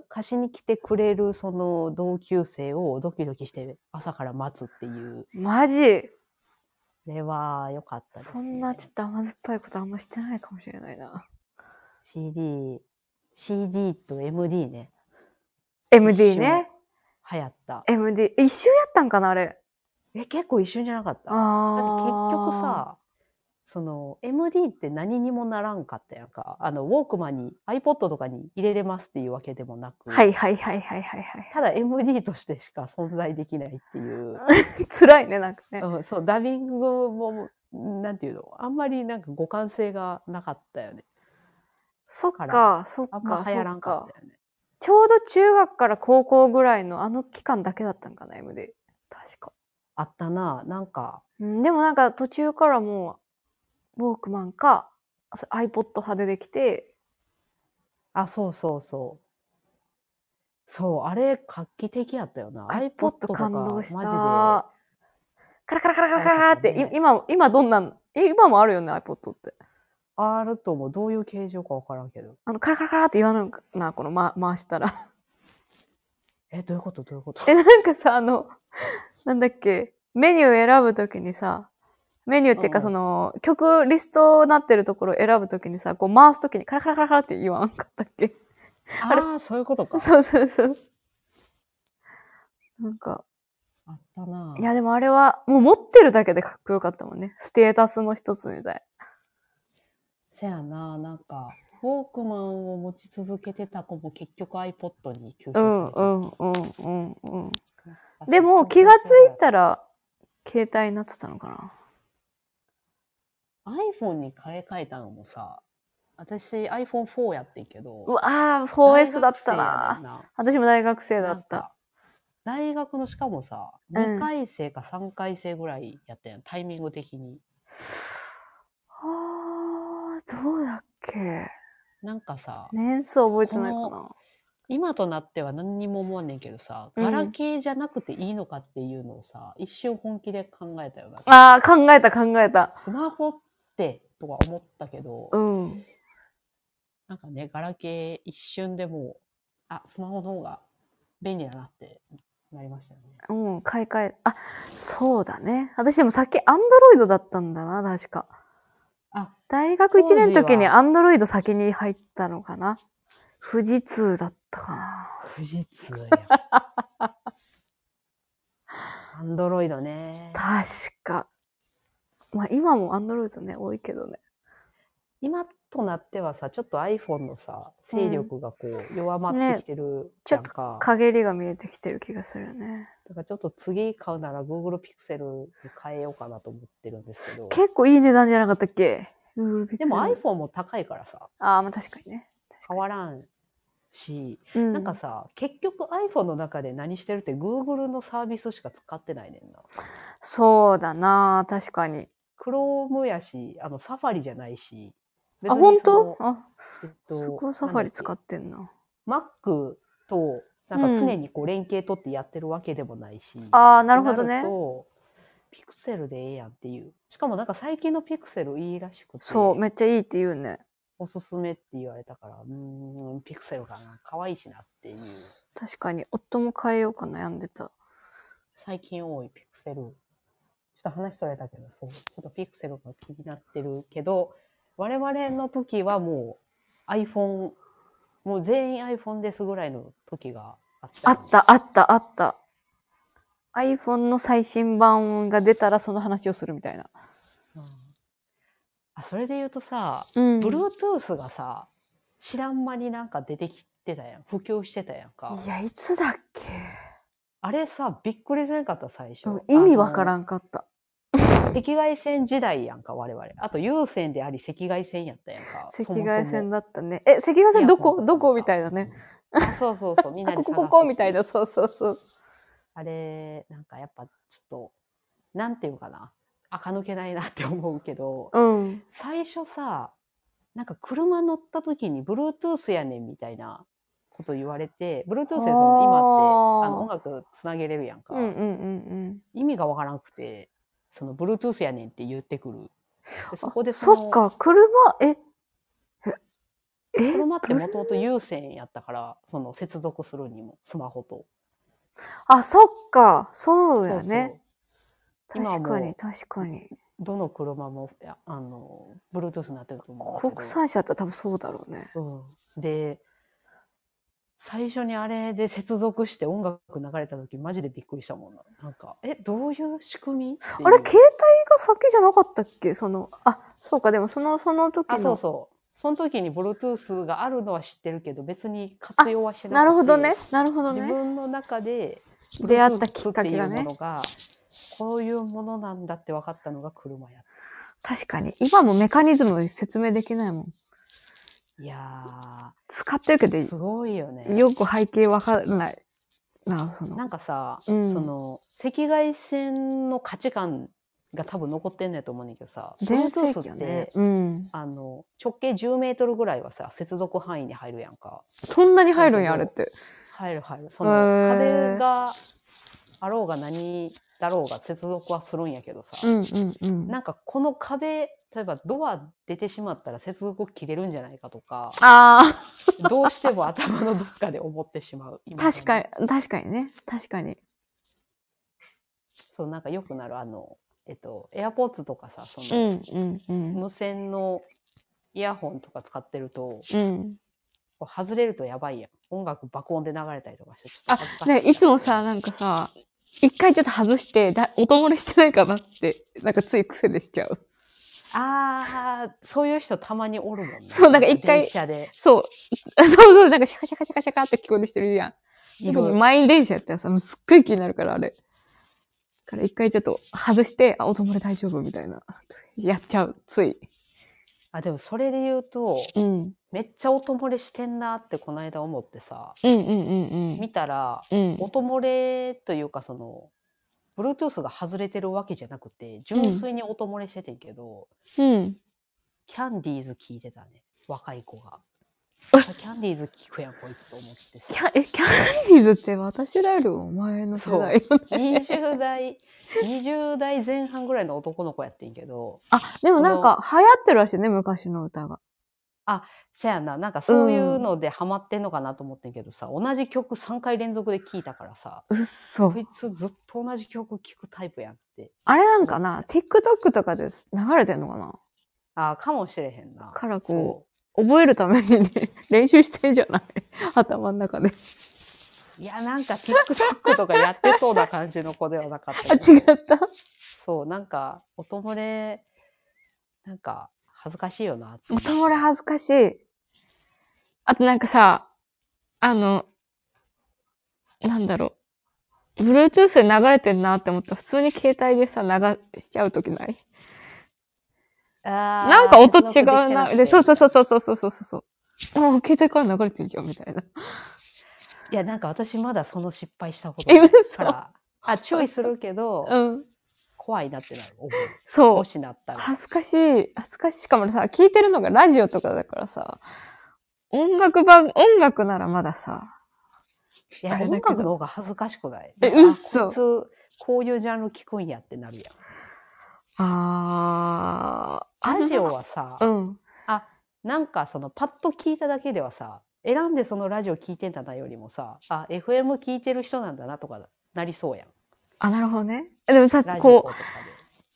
Speaker 2: 貸しに来てくれるその同級生をドキドキして朝から待つっていう
Speaker 1: マジ。
Speaker 2: それは良かったです、
Speaker 1: そ
Speaker 2: ね、
Speaker 1: んなちょっと甘酸っぱいことあんましてないかもしれないな。
Speaker 2: CD CD と MD ね
Speaker 1: MD ね。
Speaker 2: 流行った
Speaker 1: MD。一周やったんかな、あれ。
Speaker 2: え結構一瞬じゃなかっただ
Speaker 1: あ
Speaker 2: って結
Speaker 1: ー
Speaker 2: 局、さその MD って何にもならんかったやんかあのウォークマンに iPod とかに入れれますっていうわけでもなく、
Speaker 1: はいはいはいはいはいはい。
Speaker 2: ただ MD としてしか存在できないっていう
Speaker 1: 辛いね、なんかね。
Speaker 2: うん、そうダビングもなんていうのあんまりなんか互換性がなかったよね
Speaker 1: そっ
Speaker 2: から
Speaker 1: か、そっ
Speaker 2: あん
Speaker 1: か
Speaker 2: ま。流行らん
Speaker 1: そっ
Speaker 2: かったよね
Speaker 1: ちょうど中学から高校ぐらいのあの期間だけだったんかな、MD。確か。
Speaker 2: あったななんか
Speaker 1: うん、でもなんか途中からもう、ウォークマンか、そ iPod 派でできて、
Speaker 2: あそうそうそうそうあれ画期的やったよな iPod と
Speaker 1: iPod
Speaker 2: か
Speaker 1: 感動した。
Speaker 2: マ
Speaker 1: カラカラカラカラカラって、
Speaker 2: なんかね
Speaker 1: い今、今どんなん、え今もあるよね、iPod って。
Speaker 2: ジであるともどういう形状かわからんけど
Speaker 1: あの、カラカラカラって言わないのかな、この、ま、回したら。
Speaker 2: えどういうことどういうこと
Speaker 1: え、なんかさ、あの、なんだっけ、メニュー選ぶときにさ、メニューっていうか
Speaker 2: うん
Speaker 1: その、曲リストなってるところを選ぶときにさ、こう回すときにカラカラカラカラって言わんかったっけ
Speaker 2: ああそういうことか
Speaker 1: そうそうそう。なんか、
Speaker 2: あったない
Speaker 1: やでもあれは、もう持ってるだけでかっこよかったもんね。ステータスの一つみたい。
Speaker 2: せやななんかウォークマンを持ち続けてた子も結局 iPod に吸収され
Speaker 1: う
Speaker 2: て
Speaker 1: んうんうんうんうん。
Speaker 2: た
Speaker 1: でも気がついたら、携帯になってたのかな。
Speaker 2: iPhone に買い替えたのもさ、私 iPhone4 やってんけど。
Speaker 1: うわー、4S だった
Speaker 2: 大学
Speaker 1: な。
Speaker 2: 生やねん
Speaker 1: 私も大学生だ
Speaker 2: なん
Speaker 1: っ
Speaker 2: か
Speaker 1: た。
Speaker 2: 大学のしかもさ、
Speaker 1: うん
Speaker 2: 2回生か3回生ぐらいやったやん、タイミング的に。
Speaker 1: あー、どうだっけ。
Speaker 2: なんかさ、
Speaker 1: 年数覚えてないかな。
Speaker 2: 今となっては何にも思わんねんけどさ、
Speaker 1: うん
Speaker 2: ガラケーじゃなくていいのかっていうのをさ、一瞬本気で考えたよな。
Speaker 1: ああ、考えた考えた。
Speaker 2: スマホってとは思ったけど、
Speaker 1: うん。
Speaker 2: なんかね、ガラケー一瞬でもう、あ、スマホの方が便利だなってなりましたよね。
Speaker 1: うん、買い替え、あ、そうだね。私でもさっきアンドロイドだったんだな、確か。
Speaker 2: あ、
Speaker 1: 大学1年の時
Speaker 2: 当時
Speaker 1: に
Speaker 2: は
Speaker 1: アンドロイド先に入ったのかな。富士通だったかな。
Speaker 2: 富士通や。 アンドロイドね。
Speaker 1: 確か。まあ今もアンドロイドね、多いけどね。
Speaker 2: 今となってはさ、ちょっと iPhone のさ、勢力がこう弱まってきてる
Speaker 1: ち
Speaker 2: や
Speaker 1: ょ
Speaker 2: ん
Speaker 1: っと
Speaker 2: か。
Speaker 1: 陰りが見えてきてる気がするね。
Speaker 2: だからちょっと次買うなら Google Pixel に変えようかなと思ってるんですけど。
Speaker 1: 結構いい値段じゃなかったっけ Google Pixel
Speaker 2: でも iPhone も高いからさ、
Speaker 1: ああ、まあ確かにね。
Speaker 2: 変わらんし、
Speaker 1: うん、
Speaker 2: なんかさ、結局 iPhone の中で何してるって Google のサービスしか使ってないねんな。
Speaker 1: そうだな、確かに。
Speaker 2: Chrome やし、あの、サファリじゃないし。
Speaker 1: あ、
Speaker 2: 別に
Speaker 1: 本
Speaker 2: その
Speaker 1: 当あ、
Speaker 2: えっ
Speaker 1: すごいサファリ使
Speaker 2: っ
Speaker 1: ってんな。
Speaker 2: マックと、なんか
Speaker 1: うん
Speaker 2: 常にこう連携取ってやってるわけでもないし。
Speaker 1: ああ、なるほどね
Speaker 2: ってなる。とピクセルでええやんっていう。しかもなんか最近のピクセルいいらしくて。
Speaker 1: そう、めっちゃいいって言うね。
Speaker 2: おすすめって言われたから、うーん、ピクセルかな。可愛いしなっていう。
Speaker 1: 確かに、夫も変えようか悩んでた。
Speaker 2: 最近多いピクセル。ちょっと話それたけど、そう。ちょっとピクセルが気になってるけど、我々の時はもう iPhone、もう全員 iPhone ですぐらいの時があった
Speaker 1: あ
Speaker 2: よね、
Speaker 1: った、あった、あった。 iPhone の最新版が出たらその話をするみたいな。
Speaker 2: うんあそれで言うとさ、
Speaker 1: うん。
Speaker 2: Bluetooth がさ知らん間になんか出てきてたやん普及してたやんか
Speaker 1: いや、いつだっけ
Speaker 2: あれさびっくりせんかった最初
Speaker 1: うん意味わから
Speaker 2: ん
Speaker 1: んかった。
Speaker 2: 赤外線時代やんか我々あと有線であり赤外線やったやんか
Speaker 1: 赤外線
Speaker 2: だ
Speaker 1: だったね。え、赤外線どこどこみたいなね。
Speaker 2: あそうそう そうみん
Speaker 1: あ、
Speaker 2: な
Speaker 1: こ
Speaker 2: で
Speaker 1: こ、
Speaker 2: 探
Speaker 1: ここみたい
Speaker 2: な
Speaker 1: な。そうそうそう。
Speaker 2: あれなんかやっぱちょっとなんていうかな垢抜けないなって思うけど、
Speaker 1: うん。
Speaker 2: 最初さなんか車乗った時に Bluetooth やねんみたいなこと言われて Bluetooth でその今って
Speaker 1: あー
Speaker 2: あの音楽つなげれるやんか、
Speaker 1: うんうんうん
Speaker 2: 意味がわからなくてその Bluetooth やねんって言ってくるでそこ
Speaker 1: う
Speaker 2: で
Speaker 1: ん。
Speaker 2: その
Speaker 1: そっか、車、え、え、え
Speaker 2: 車ってもともと有線やったからその接続するにもスマホと
Speaker 1: あ、そっか、そうやね。
Speaker 2: そうそ
Speaker 1: 確か
Speaker 2: う今はも
Speaker 1: に、
Speaker 2: う
Speaker 1: 確かに。
Speaker 2: どの車もああの Bluetooth になってると思うんだけど
Speaker 1: 国産車だったら多分そうだろうね。
Speaker 2: うん、で最初にあれで接続して音楽流れた時マジでびっくりしたもんななんかえどういう仕組みっていう
Speaker 1: あれ、携帯が先じゃなかったっけその、あ、そうか、でもその、その時の。
Speaker 2: あそうそうその時に Bluetooth があるのは知ってるけど別に活用はしてなくて
Speaker 1: なるほどね。なるほど
Speaker 2: 自
Speaker 1: ね。
Speaker 2: 分の中で
Speaker 1: 出会ったきっかけが
Speaker 2: Bluetooth って
Speaker 1: ね
Speaker 2: いうものがこういうものなんだって分かったのが車やっ
Speaker 1: 確かに。今もメカニズム説明できないもん。
Speaker 2: たいや
Speaker 1: 使ってるけ
Speaker 2: ーす
Speaker 1: ど、
Speaker 2: ごいよね
Speaker 1: よく背景わからない。な、その。
Speaker 2: なんかさ、
Speaker 1: うん
Speaker 2: その赤外線の価値観が多分残ってんねやと思うねんだけどさ
Speaker 1: 全盛期よ
Speaker 2: Bluetooth っ
Speaker 1: ね
Speaker 2: て。
Speaker 1: うん。
Speaker 2: あの直径10メートルぐらいはさ接続範囲に入るやんか
Speaker 1: そんなに入るんや、あれって。
Speaker 2: 入る入るその
Speaker 1: へー
Speaker 2: 壁があろうが何だろうが接続はするんやけどさ、
Speaker 1: うんうんうん。
Speaker 2: なんかこの壁例えばドア出てしまったら接続切れるんじゃないか とか
Speaker 1: あ
Speaker 2: どうしても頭のどっかで思ってしまう
Speaker 1: あ、
Speaker 2: 今
Speaker 1: 確かに、確かにね。確かに。
Speaker 2: そうなんかよくなるあのえっとエアポーツとかさその、
Speaker 1: うんうんうん。
Speaker 2: 無線のイヤホンとか使ってると、
Speaker 1: うん。
Speaker 2: こう外れるとやばいやん。音楽爆音で流れたりとかして、ちょっと恥ずかし
Speaker 1: ね、いつもさ、、なんかさ、一回ちょっと外して、だ音漏れしてないかなって、なんかつい癖でしちゃう。
Speaker 2: ああ、そういう人たまにおるもんね。
Speaker 1: そうなんか一回
Speaker 2: 電車で。
Speaker 1: そう。 そうそう、なんかシャカシャカシャカシャカって聞こえる人いるやん。
Speaker 2: い
Speaker 1: 特に
Speaker 2: る
Speaker 1: 満員電車やったらさ、もうすっごい気になるから、あれ。から一回ちょっと外して、あ、音漏れ大丈夫みたいな。やっちゃう、つい。
Speaker 2: あ、でもそれで言うと、
Speaker 1: うん。
Speaker 2: めっちゃ音漏れしてんなってこの間思ってさ、
Speaker 1: うんうんうん
Speaker 2: 見たら、
Speaker 1: うん。うん。
Speaker 2: 音漏れというかその、Bluetooth が外れてるわけじゃなくて、純粋に音漏れしててんけど、
Speaker 1: うん。
Speaker 2: キャンディーズ聞いてたね。若い子が。
Speaker 1: え
Speaker 2: あキャンディーズ聞くやん、こいつと思って
Speaker 1: キ。
Speaker 2: さ
Speaker 1: ャン、え、キャンディーズって私らよりお前の世代よね。
Speaker 2: 20代、20代前半ぐらいの男の子やってんけど、
Speaker 1: あ、でもなんか流行ってるらしいね、昔の歌が。
Speaker 2: せやな、なんかそういうのでハマってんのかなと思ってんけどさ、同じ曲3回連続で聴いたからさ、
Speaker 1: うっそ
Speaker 2: こ。いつずっと同じ曲聴くタイプやんって。
Speaker 1: あれなんかな、TikTok とかで流れてんのかな
Speaker 2: ああ、かもしれへんな。
Speaker 1: からこう
Speaker 2: そ
Speaker 1: 覚えるためにね、練習してんじゃない 頭の中で。
Speaker 2: う。いや、なんか TikTok とかやってそうな感じの子ではなかった
Speaker 1: あ、
Speaker 2: け
Speaker 1: 違
Speaker 2: ど。
Speaker 1: った
Speaker 2: そう、なんか、音漏れ、なんか、恥ずかしいよなって。
Speaker 1: 音漏れ恥ずかしい。あとなんかさ、あの、なんだろう。Bluetooth で流れてんなって思ったら普通に携帯でさ、流しちゃうときないな
Speaker 2: なん
Speaker 1: か音違うな。で、そうそううそうそうそうそうそうそう。あ携帯から流れてんじゃんみたいな。
Speaker 2: いや、なんか私まだその失敗したこと
Speaker 1: え、
Speaker 2: ない
Speaker 1: 嘘
Speaker 2: から、あ、注意するけど、
Speaker 1: うん。
Speaker 2: 怖いなってなる。思う
Speaker 1: そ
Speaker 2: も
Speaker 1: う。
Speaker 2: しなったら。
Speaker 1: 恥ずかしい。恥ずかしい。しかもさ、聞いてるのがラジオとかだからさ、音楽番、音楽ならまださ、
Speaker 2: いや
Speaker 1: あ、れ
Speaker 2: 音
Speaker 1: だけど
Speaker 2: 楽の方が恥ずかしくない。
Speaker 1: え
Speaker 2: あ
Speaker 1: 嘘
Speaker 2: こいつ、こういうジャンル聞くんやってなるや
Speaker 1: あー。
Speaker 2: ん。ラジオはさ、
Speaker 1: うん。
Speaker 2: なんかそのパッと聞いただけではさ、選んでそのラジオ聞いてんだなよりもさ、あ、FM 聞いてる人なんだなとかなりそうやん。
Speaker 1: あ、なるほどね。えでもさ、
Speaker 2: ラジオと
Speaker 1: こ
Speaker 2: か
Speaker 1: う、
Speaker 2: で。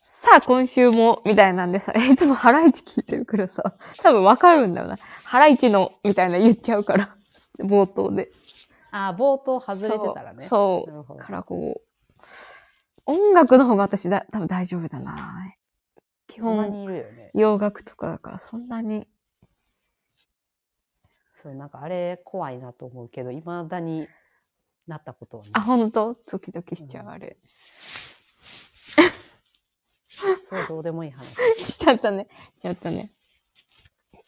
Speaker 1: さあ今週も、みたいなんでさ、 えいつもハライチ聞いてるからさ、多分わかるんだよな。ハライチの、みたいな言っちゃうから、冒頭で。
Speaker 2: あ、冒頭外れてたらね。
Speaker 1: そう。
Speaker 2: なるほ
Speaker 1: そう
Speaker 2: ど
Speaker 1: からこう、音楽の方が私だ、多分大丈夫だな。基
Speaker 2: たま
Speaker 1: 本、
Speaker 2: にいるよね。
Speaker 1: 洋楽とかだから、そんなに。
Speaker 2: それなんかあれ怖いなと思うけど、いまだになったことはない。
Speaker 1: あ、ほんとドキドキしちゃう、
Speaker 2: うん
Speaker 1: あれ。
Speaker 2: それどうでもいい話。
Speaker 1: しちゃったね。しちゃったね。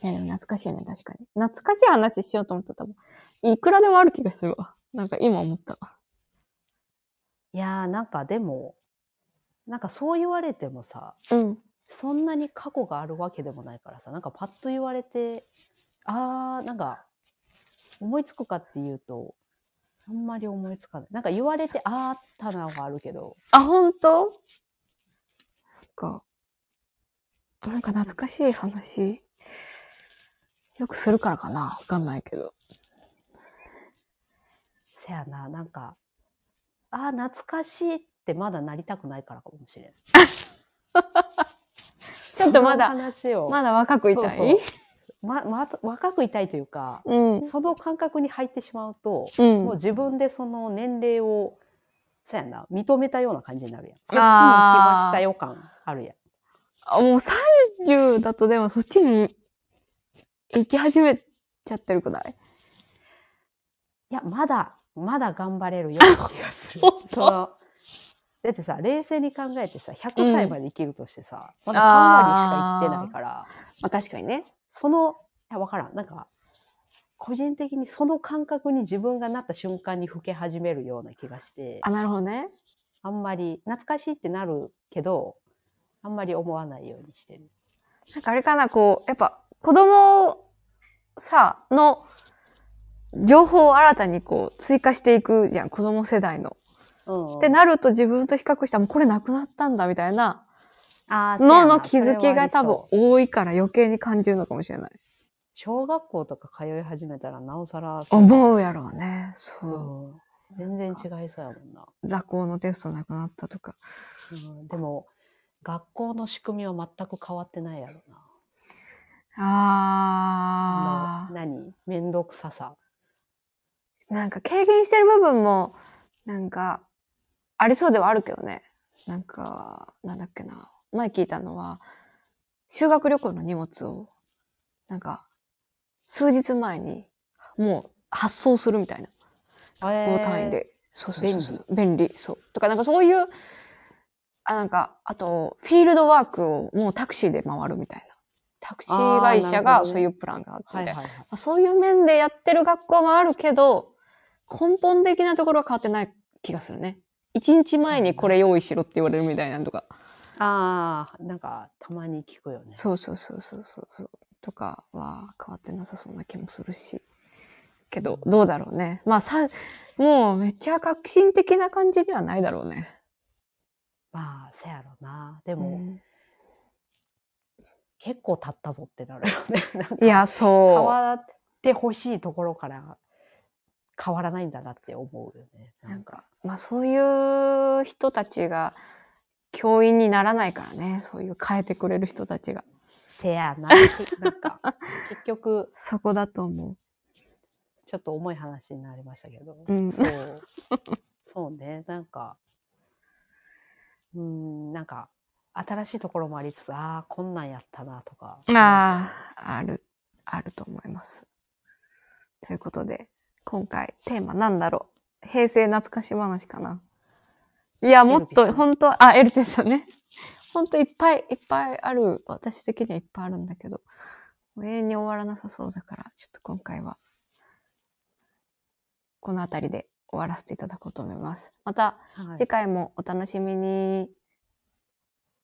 Speaker 1: いや、でも懐かしいね、確かに。懐かしい話しようと思ったら多分、いくらでもある気がするわ。なんか今思った。
Speaker 2: いやーなんかでも、なんかそう言われてもさ、
Speaker 1: うん。
Speaker 2: そんなに過去があるわけでもないからさ、なんかパッと言われて、あー、なんか、思いつくかっていうと、あんまり思いつかない。なんか言われて、あーったなはあるけど、
Speaker 1: あ、ほんとなんか、なんか懐かしい話、よくするからかなわかんないけど。
Speaker 2: せやな、なんか、あー、懐かしいってまだなりたくないからかもしれない。
Speaker 1: ちょっとま
Speaker 2: そ
Speaker 1: だ、
Speaker 2: の話を、
Speaker 1: まだ若くいたい
Speaker 2: そうままた若くいたいというか、
Speaker 1: うん。
Speaker 2: その感覚に入ってしまうと、
Speaker 1: うん
Speaker 2: もう。自分でその年齢を、そうやな、認めたような感じになるやん。そっちに行
Speaker 1: あ
Speaker 2: き
Speaker 1: ー
Speaker 2: ましたよ感あるやん。
Speaker 1: あもう30だとでもそっちに行き始めちゃってるくない
Speaker 2: いや、まだ、まだ頑張れるような気がする
Speaker 1: 本。当
Speaker 2: そのだってさ、冷静に考えてさ、100歳まで生きるとしてさ、まだ3
Speaker 1: あー
Speaker 2: 割しか生きてないから、
Speaker 1: まあ確かにね。
Speaker 2: その、いや、わからん。なんか、個人的にその感覚に自分がなった瞬間に老け始めるような気がして、
Speaker 1: あ、なるほどね。
Speaker 2: あんまり懐かしいってなるけど、あんまり思わないようにしてる。
Speaker 1: なんかあれかな、こう、やっぱ子供さ、の情報を新たにこう追加していくじゃん、子供世代の。
Speaker 2: うんうん
Speaker 1: ってなると自分と比較したらもうこれなくなったんだみたいな
Speaker 2: あー
Speaker 1: 脳の
Speaker 2: そ
Speaker 1: 気
Speaker 2: うやな
Speaker 1: づきが多分
Speaker 2: それはありそう
Speaker 1: 多いから余計に感じるのかもしれない。
Speaker 2: 小学校とか通い始めたらなおさらそう
Speaker 1: 思うやろうね。そう。
Speaker 2: うん全然違いそうやもんな、
Speaker 1: 座高のテストなくなったとか。
Speaker 2: うんでも学校の仕組みは全く変わってないやろな
Speaker 1: あ
Speaker 2: の何面倒くささ
Speaker 1: なんか軽減してる部分も、なんか、ありそうではあるけどね。なんか、なんだっけな。前聞いたのは、修学旅行の荷物を、なんか、数日前に、もう発送するみたいな。
Speaker 2: 学
Speaker 1: 5単位で。そうそうそうそう。便利。そう。とか、なんかそういう、あ、なんか、あと、フィールドワークをもうタクシーで回るみたいな。タクシー会社
Speaker 2: あーなるほ
Speaker 1: が
Speaker 2: どね
Speaker 1: そういうプランがあってみた
Speaker 2: はいい
Speaker 1: な
Speaker 2: はいはい
Speaker 1: まあそういう面でやってる学校もあるけど、根本的なところは変わってない気がするね。一日前にこれ用意しろって言われるみたいなのとか。
Speaker 2: ああなんかたまに聞くよね
Speaker 1: そうそうそうそうそうそう。とかは変わってなさそうな気もするし。けど、どうだろうね。まあさ、もうめっちゃ革新的な感じではないだろうね。
Speaker 2: まあせやろなで
Speaker 1: う
Speaker 2: も、
Speaker 1: ん
Speaker 2: 結構経ったぞってなるよね なんか
Speaker 1: いや、
Speaker 2: 変
Speaker 1: そ
Speaker 2: わってほしいところから変わらないんだなって思うよね
Speaker 1: う。
Speaker 2: な
Speaker 1: なんん
Speaker 2: か
Speaker 1: か、まあそういう人たちが教員にならないからね。そういう変えてくれる人たちが。
Speaker 2: せやななん か結局
Speaker 1: そこだと思
Speaker 2: ちょっと重い話になりましたけど、
Speaker 1: うん
Speaker 2: そうそうねなんかうーんなんか新しいところもありつつああこんなんやったなとか
Speaker 1: う。ああ、ある、あると思います。ということで、今回テーマなんだろう平成懐かし話かないや、もっ
Speaker 2: エルピ
Speaker 1: と、
Speaker 2: ス
Speaker 1: 本当あ、エルピスね。本当いっぱいいっぱいある。私的にはいっぱいあるんだけど、永遠に終わらなさそうだから、ちょっと今回は、この辺りで終わらせていただこうと思います。また、
Speaker 2: はい
Speaker 1: 次回もお楽しみに。